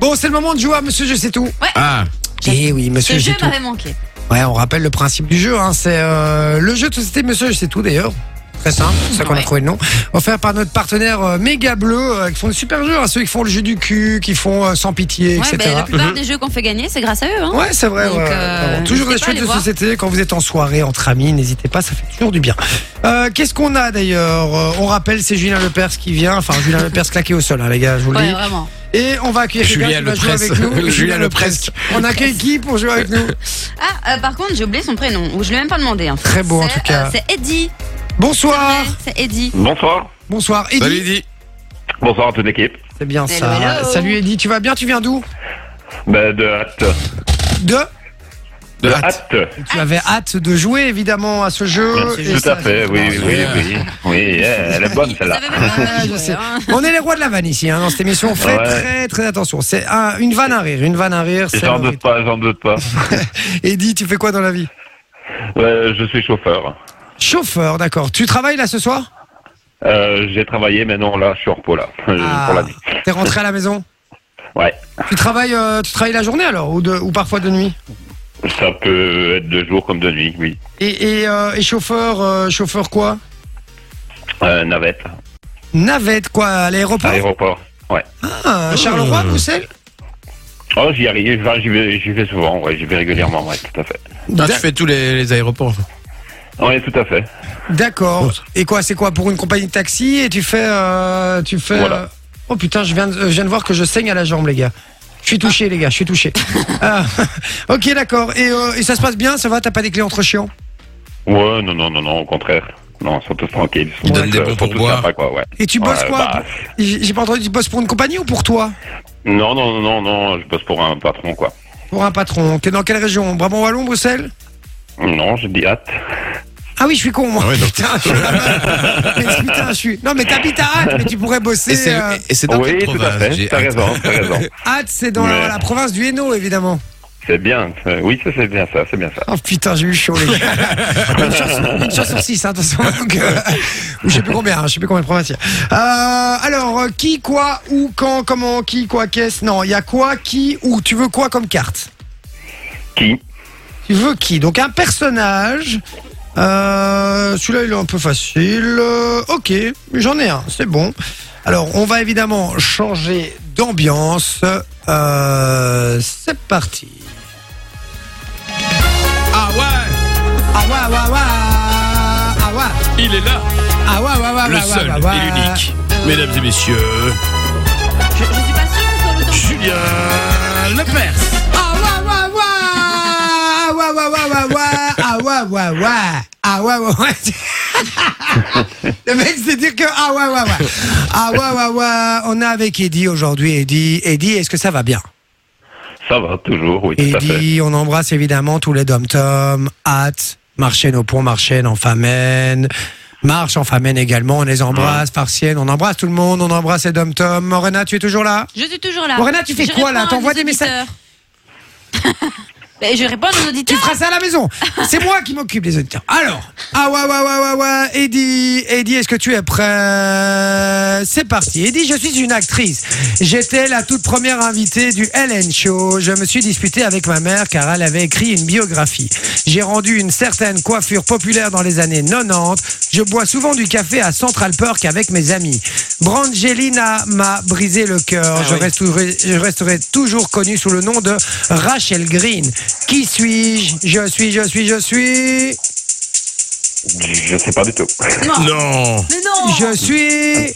Bon, c'est le moment de jouer à Monsieur Je sais tout. Ah, Eh oui, Monsieur Ce Je jeu sais tout. m'avait manqué. Ouais, on rappelle le principe du jeu. Hein. C'est euh, le jeu de société Monsieur Je sais tout d'ailleurs. Très simple, c'est ça qu'on a Ouais. trouvé le nom. Offert par notre partenaire euh, Méga Bleu, euh, qui font des super jeux, hein, ceux qui font le jeu du cul, qui font euh, sans pitié, Ouais, etc. ben, la plupart Mhm. des jeux qu'on fait gagner, c'est grâce à eux. Hein. Ouais, c'est vrai. Donc, ouais. euh, Vraiment, toujours des n'hésitez pas à chouettes les de voir. société. Quand vous êtes en soirée, entre amis, n'hésitez pas, ça fait toujours du bien. Euh, Qu'est-ce qu'on a d'ailleurs Euh, On rappelle, c'est Julien Lepers qui vient. Enfin, Julien Lepers claqué au sol, hein, les gars, je vous le Ouais, dis. vraiment. Et on va accueillir Julien quelqu'un qui va jouer Lepresque. avec nous. Julien Lepresque. Lepresque. On accueille qui pour jouer avec nous Ah, euh, par contre, j'ai oublié son prénom. ou Je ne l'ai même pas demandé. hein. Très beau, en C'est, tout cas. Ah. euh, c'est Eddie. Bonsoir. Ouais, C'est Eddie. Bonsoir. Bonsoir, Eddy. salut Eddy. Bonsoir à toute l'équipe. C'est bien Hello, ça. hello. Salut Eddy, tu vas bien Tu viens d'où Bah, de hâte. De De la hâte. Hâte. Et Tu avais hâte de jouer évidemment à ce jeu. Et Tout ça, à fait, Euh, c'est oui, bien. oui, oui, oui. yeah, elle est bonne Ça celle-là. veut même pas Ouais, je dire, sais. hein. On est les rois de la vanne ici, hein, dans cette émission. On fait Ouais. très très attention. C'est un- une vanne à rire, une vanne à rire. c'est J'en le doute pas, j'en doute pas. rythme. Eddy, tu fais quoi dans la vie Euh, je suis chauffeur. Chauffeur, d'accord. Tu travailles là ce soir Euh, J'ai travaillé, mais non, là, je suis en repos là. Euh, Pour Ah. la nuit. T'es rentré à la maison Ouais. Tu travailles, euh, tu travailles la journée alors ou, de- ou parfois de nuit Ça peut être de jour comme de nuit, oui. Et, et, euh, et chauffeur, euh, chauffeur quoi Euh, navette, Navette quoi à l'aéroport aéroport. Ouais. Ah, Charleroi, Bruxelles Oh, j'y arrive, enfin, j'y vais, j'y vais souvent, ouais, j'y vais régulièrement, ouais, tout à fait. Ah, D'ac- tu fais tous les, les aéroports. Oui, tout à fait. D'accord. Et quoi, c'est quoi pour une compagnie de taxi et tu fais, euh, tu fais. Voilà. euh, Oh putain, je viens, de, euh, je viens de voir que je saigne à la jambe, les gars. Je suis touché, les gars, je suis touché. Ah, ok, d'accord. Et, euh, et ça se passe bien, ça va T'as pas des clés entre chiants Ouais, non, non, non, non, au contraire. Non, ils sont tous tranquilles. Ils donnent des euh, bons ils sont tous pourboires. sympas, quoi, ouais. Et tu bosses Ouais, quoi bah, J'ai j'ai pas entendu, tu bosses pour une compagnie ou pour toi Non, non, non, non, je bosse pour un patron, quoi. Pour un patron. T'es dans quelle région Brabant Wallon, Bruxelles Non, j'ai dit hâte. Ah oui, je suis con, moi. Ah ouais, donc- putain, je suis la meuf. mais, putain, je suis. Non, mais t'habites à Hâte, mais tu pourrais Et bosser. c'est euh, et c'est dans Oui, quelle tout à province fait. J'ai T'as hâte. raison, t'as raison. Hâte, c'est dans la, Ouais. la province du Hainaut, évidemment. C'est bien. euh, Oui, ça c'est bien ça, c'est bien ça. Oh putain, j'ai eu chaud, les gars. une, chance, une chance sur six, hein, de toute façon. Donc, euh, ou je sais plus combien, hein, je sais plus combien de provinces il y a. Euh, alors, euh, qui, quoi, où, quand, comment, qui, quoi, qu'est-ce Non, il y a quoi, qui, où. Tu veux quoi comme carte Qui Tu veux qui Donc, un personnage. Euh, Celui-là, il est un peu facile. Euh, ok, j'en ai un, c'est bon. Alors, on va évidemment changer d'ambiance. Euh, c'est parti. Ah ouais Ah ouais, ouais, ouais. Ah ouais. Il est là Ah ouais, ouais, ouais, Le ouais, seul ouais, ouais. bah, et l'unique. Mesdames et messieurs, Je, je suis pas sûre que ce soit l'autre. Julien Lepers. Ah ouais, ouais, ouais. Ah ouais, ouais, ouais, ouais, ouais. Ah ouais, ouais, ouais. Ah ouais, ouais, ouais. Le mec, c'est dire que ah ouais, ouais, ouais. Ah ouais, ouais, ouais. On est avec Eddy aujourd'hui. Eddy, Eddy, est-ce que ça va bien Ça va toujours, oui, tout à fait. Eddy, on embrasse évidemment tous les dom-toms, hâte, Marchène au pont, Marchène en famène. Marche en famène également, on les embrasse, Farcienne, on embrasse tout le monde, on embrasse les dom-toms. Morena, tu es toujours là Je suis toujours là. Morena, tu fais Je quoi, réponds là à T'envoies des des messages auditeurs. Ben, Je réponds aux Tu auditeurs. feras ça à la maison. C'est moi qui m'occupe des auditeurs. Alors, ah ouais, ouais, ouais, ouais, ouais, Eddie, Eddie, est-ce que tu es prêt C'est parti. Eddie, je suis une actrice. J'étais la toute première invitée du Helen Show. Je me suis disputée avec ma mère car elle avait écrit une biographie. J'ai rendu une certaine coiffure populaire dans les années 90. Je bois souvent du café à Central Park avec mes amis. Brangelina m'a brisé le cœur. Ah je, oui. resterai, je resterai toujours connue sous le nom de Rachel Green. Qui suis-je Je suis, je suis, je suis. Je sais pas du tout. Ah. Non Mais non Je suis.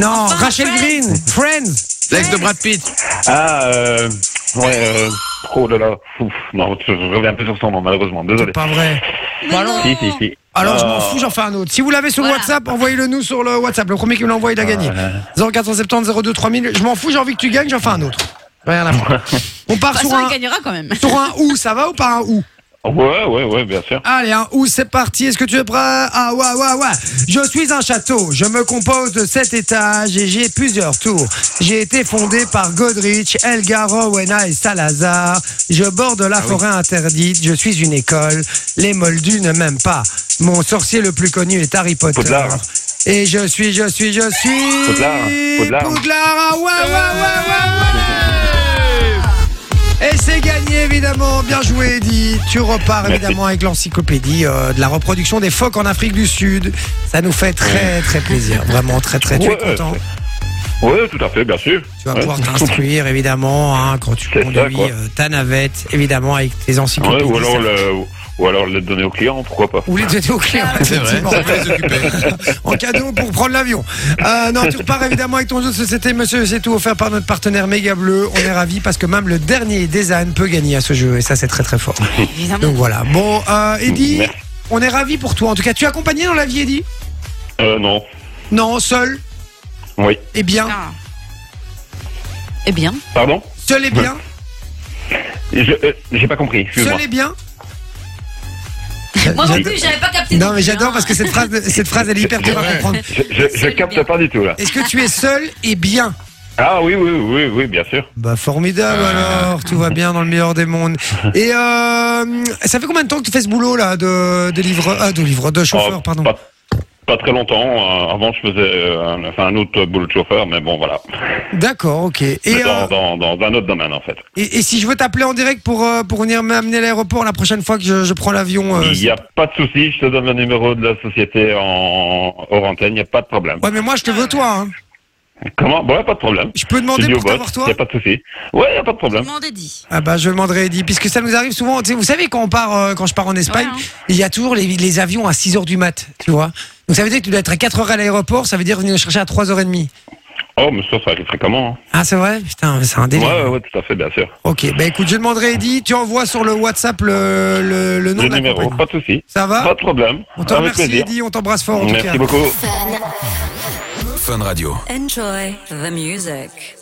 Non, Oh. Enfin, Rachel Friends. Green, Friends. L'ex de Brad Pitt. Ah, euh, ouais, euh, oh là là, ouf, non, je, je reviens un peu sur son nom, malheureusement, désolé. C'est pas vrai. Mais non. Si, si, si. Alors je Ah, m'en fous, j'en fais un autre. Si vous l'avez sur Voilà. WhatsApp, envoyez-le nous sur le WhatsApp. Le premier qui me l'envoie, il a gagné. 0470 02 3000. Je m'en fous, j'ai envie que tu gagnes, j'en fais un autre. Rien à voir. On De part toute sur façon, un, il gagnera quand même. sur un ou, ça va ou pas un ou Ouais, ouais, ouais, bien sûr. Allez, un ou, c'est parti. Est-ce que tu es prêt Ah ouais, ouais, ouais. Je suis un château. Je me compose de sept étages et j'ai plusieurs tours. J'ai été fondé par Godrich, Elgar, Rowena et Salazar. Je borde Ah la forêt interdite. Je suis une école. Les moldus ne m'aiment pas. Mon sorcier le plus connu est Harry Potter. Poudlard. Et je suis, je suis, je suis. Poudlard, Poudlard. Poudlard, ah ouais, ouais, ouais, ouais, ouais. évidemment, bien joué Eddy. Tu repars Merci. évidemment avec l'encyclopédie euh, de la reproduction des phoques en Afrique du Sud. Ça nous fait très très plaisir, vraiment très très. Tu es Ouais. content Oui, tout à fait, bien sûr. Tu vas Ouais. pouvoir t'instruire évidemment hein, quand tu C'est ça, conduis quoi. euh, ta navette, évidemment avec tes Ouais, encyclopédies. ou alors ça- le, ou alors le donner au client, pourquoi pas. Ou les jeter au client, C'est vrai. effectivement. en cadeau pour prendre l'avion. Euh, non, tu repars évidemment avec ton jeu de société, monsieur. C'est tout offert par notre partenaire Méga Bleu. On est ravis parce que même le dernier des ânes peut gagner à ce jeu. Et ça, c'est très très fort. Évidemment. Donc voilà. Bon, euh, Eddy, Merci. on est ravis pour toi. En tout cas, tu es accompagné dans la vie, Eddy Euh, non. Non, seul Oui. et bien. Ah. Eh bien, Pardon Seul et bien Je- euh, J'ai pas compris, excuse-moi. Seul et bien moi non J'adore- plus, hein. j'avais pas capté. Non, mais j'adore parce que cette phrase, cette phrase, elle est hyper dure à Ouais. comprendre. Je, je, je Seul et capte bien. pas du tout, là. Est-ce que tu es seul et bien Ah oui, oui, oui, oui, bien sûr. Bah formidable alors, tout va bien dans le meilleur des mondes. Et euh, ça fait combien de temps que tu fais ce boulot là de, de livre ah, de livre de chauffeur Oh, pardon. Pas, pas très longtemps. euh, avant, je faisais euh, un, enfin, un autre boulot de chauffeur, mais bon, voilà. D'accord, ok. Et, Mais dans, euh, dans, dans un autre domaine, en fait. et, et si je veux t'appeler en direct pour euh, pour venir m'amener à l'aéroport la prochaine fois que je, je prends l'avion. euh, Il n'y a pas de souci, je te donne le numéro de la société en hors antenne, il n'y a pas de problème. Ouais mais moi je te veux toi. hein. Comment Bon, ouais, pas de problème. Je peux Je demander dis au pour boss, t'avoir il toi. n'y a pas de souci. Ouais, il n'y a pas de problème. Demandez dit. Ah bah je demanderai Eddy puisque ça nous arrive souvent. tu sais, Vous savez quand on part euh, quand je pars en Espagne, Ouais, il y a toujours les, les avions à 6 heures du mat, tu vois. Donc ça veut dire que tu dois être à 4 heures à l'aéroport, ça veut dire venir nous chercher à 3h30. Oh, mais ça, ça arrive fréquemment. Ah c'est vrai Putain, c'est un Hein. délire. Ouais, ouais, ouais, tout à fait, bien sûr. Ok, bah écoute, je demanderai Eddy, tu envoies sur le WhatsApp le, le, le nom Le de la numéro, compagnie. pas de souci. Ça va Pas de problème. On te Avec remercie plaisir. Eddy, on t'embrasse fort en tout cas. Merci beaucoup. Fun Radio. Enjoy the music.